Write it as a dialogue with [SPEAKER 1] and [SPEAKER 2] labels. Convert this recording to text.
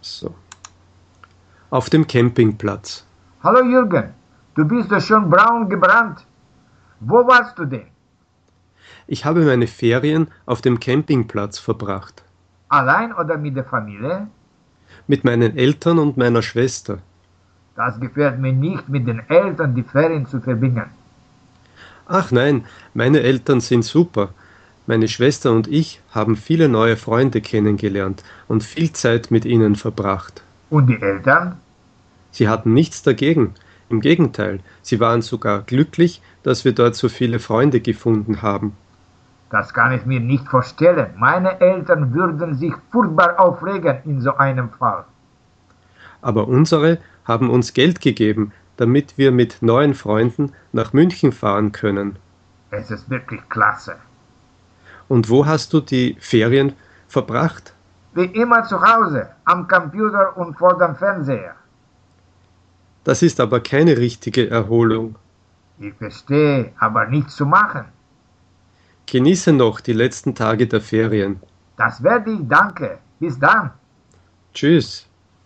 [SPEAKER 1] so. Auf dem Campingplatz.
[SPEAKER 2] Hallo Jürgen, du bist doch schon braun gebrannt. Wo warst du denn?
[SPEAKER 1] Ich habe meine Ferien auf dem Campingplatz verbracht.
[SPEAKER 2] Allein oder mit der Familie?
[SPEAKER 1] Mit meinen Eltern und meiner Schwester.
[SPEAKER 2] Das gefällt mir nicht, mit den Eltern die Ferien zu verbringen.
[SPEAKER 1] Ach nein, meine Eltern sind super. Meine Schwester und ich haben viele neue Freunde kennengelernt und viel Zeit mit ihnen verbracht.
[SPEAKER 2] Und die Eltern?
[SPEAKER 1] Sie hatten nichts dagegen. Im Gegenteil, sie waren sogar glücklich, dass wir dort so viele Freunde gefunden haben.
[SPEAKER 2] Das kann ich mir nicht vorstellen. Meine Eltern würden sich furchtbar aufregen in so einem Fall.
[SPEAKER 1] Aber unsere haben uns Geld gegeben, damit wir mit neuen Freunden nach München fahren können.
[SPEAKER 2] Es ist wirklich klasse.
[SPEAKER 1] Und wo hast du die Ferien verbracht?
[SPEAKER 2] Wie immer zu Hause, am Computer und vor dem Fernseher.
[SPEAKER 1] Das ist aber keine richtige Erholung.
[SPEAKER 2] Ich verstehe, aber nichts zu machen.
[SPEAKER 1] Genieße noch die letzten Tage der Ferien.
[SPEAKER 2] Das werde ich, danke. Bis dann.
[SPEAKER 1] Tschüss.